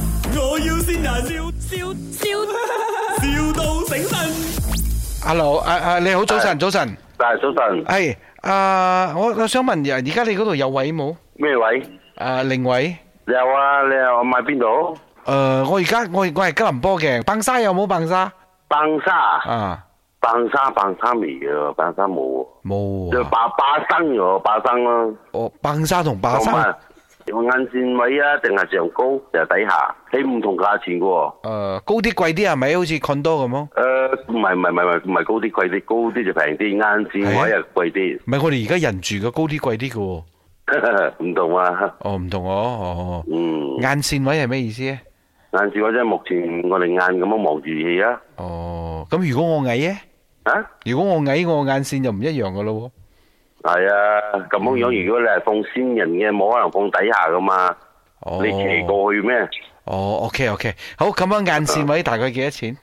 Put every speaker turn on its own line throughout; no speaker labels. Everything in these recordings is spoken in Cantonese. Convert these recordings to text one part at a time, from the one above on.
要先人，笑笑笑，,笑到醒神。
Hello，啊啊，你好，早晨，早晨，
但係早晨，
係啊，我我想問，而而家你嗰度有位冇？
咩位？
啊，另位，
有啊，你又買邊度？
誒，我而家我我係吉隆坡嘅，棒沙有冇棒沙？
棒沙，
啊，
棒沙，棒沙未啊，棒沙冇喎。
冇
就
啊，
霸霸生喎，霸生咯。
哦，棒沙同霸
同
沙
埋，用眼線位啊，定係上高定係底下？你唔同價錢嘅喎。
誒呃高啲貴啲係咪？好似 condo 咁咯？
誒，唔係唔係唔係唔係高啲貴啲，高啲就平啲，眼線位又貴 啲，
唔係，我哋而家人住嘅高啲貴啲嘅喎。
唔同啊。
哦，唔同我，哦，哦
嗯，
眼線位係咩意思啊咧？
眼線位即係目前我哋眼咁樣望住嘢啊。
哦，咁如果我矮咧？
啊？
如果我矮，我眼線就唔一樣嘅咯
係啊，咁樣樣如果你係放先人嘅，冇可能放底下噶嘛。
喎。哦，
你騎過去咩？
哦，OK OK，好，咁樣眼線位大概幾多錢？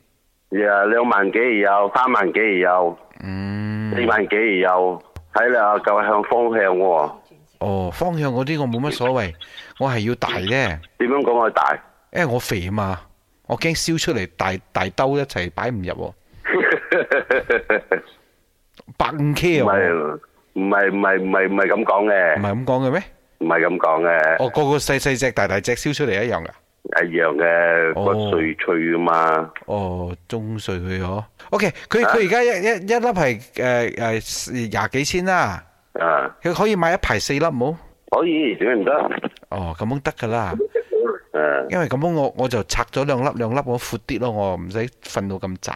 呀，兩萬幾又有，三萬幾又有，
嗯，
四萬幾又有，睇你啊夠向方向喎。
哦，方向嗰啲我冇乜所謂，我係要大啫，
點樣講佢大？
因為我肥啊嘛，我驚燒出嚟大大兜一齊擺唔入喎，百五 K
唔
啊，唔
係唔係唔係唔係唔係咁講嘅，
係咁講嘅咩？
唔係咁講嘅，
哦，個個細細隻大大隻燒出嚟一樣噶。
一樣嘅
哦
個碎脆啊嘛。
哦，中碎佢嗬。OK，佢佢而家一一一粒係誒誒廿幾千啦，
啊，
佢可以買一排四粒冇？
可以點解唔得？
哦，咁樣得㗎啦，
誒，
因為咁樣我我就拆咗兩粒兩粒，我闊啲咯，我唔使瞓到咁窄。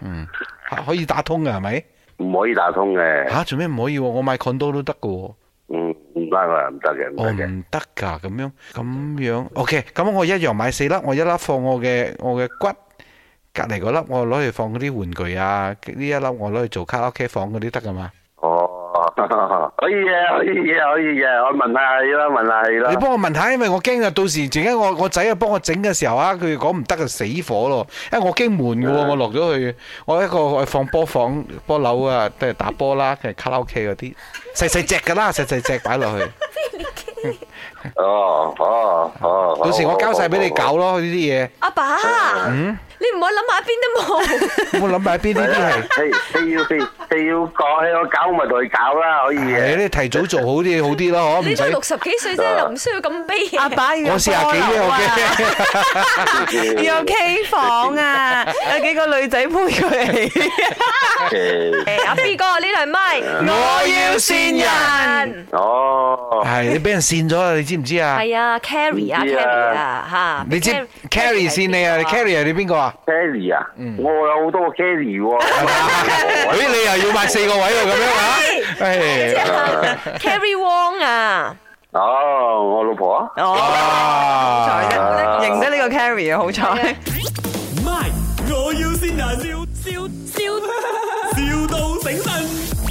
嗯，嚇可以打通㗎係咪？
唔可以打通嘅，
啊吓，做咩唔可以喎？我買 condo 都得㗎喎。
嗯，唔得啊，唔得嘅，唔
我
得
唔
嘅，
得㗎，咁樣咁樣。OK，咁我一樣買四粒，我一粒放我嘅我嘅骨，隔離嗰粒我攞去放嗰啲玩具啊，呢一粒我攞去做卡拉 OK 房嗰啲得㗎嘛？
哦，可以嘅，可以嘅，可以嘅，我問下你啦，問下你啦
你。幫我問下，因為我驚啊，到時陣間我我仔啊幫我整嘅時候啊，佢講唔得就死火咯，因為我驚悶嘅喎，我落咗去，我一個我放波房波樓啊，都係打波啦，嘅卡拉 OK 嗰啲細細只㗎啦，細細只擺落去，
哦哦哦，
到時我交晒俾你搞咯呢啲
阿爸，你唔好諗下邊都冇。
嘢，我諗埋邊呢啲係。
你你要你你要講，你我搞咪同佢搞啦，可以
係
嘅。
你提早做好啲好啲咯，嗬，
你
唔
都六
使啊
十幾歲啫，就唔需要咁悲
阿
嘅。
爸要
我
有
四廿
波
幾啫，
樓
我
啊，
驚。
要有 K 房啊，有幾個女仔陪 佢嚟。
誒阿 B 哥呢台咪，
嗯我 要善
人。
哦，
係你俾人跣咗啦，你知唔知啊？
係啊，Carrie 啊
唔知啊
，Carrie 啊，嚇。
你知 Carrie 跣你啊？Carrie 係你邊個啊？
Kelly 啊，我有好多
誒，
Kelly 喎。
你又要買四個位喎，咁樣啊？
啊
誒，
Carrie Wong 啊，
哦，我老婆啊。
哦啊
彩
啊
啫，哦認得呢個 Carrie 啊，好彩。
咪，我要先人，笑笑笑，,笑到醒神。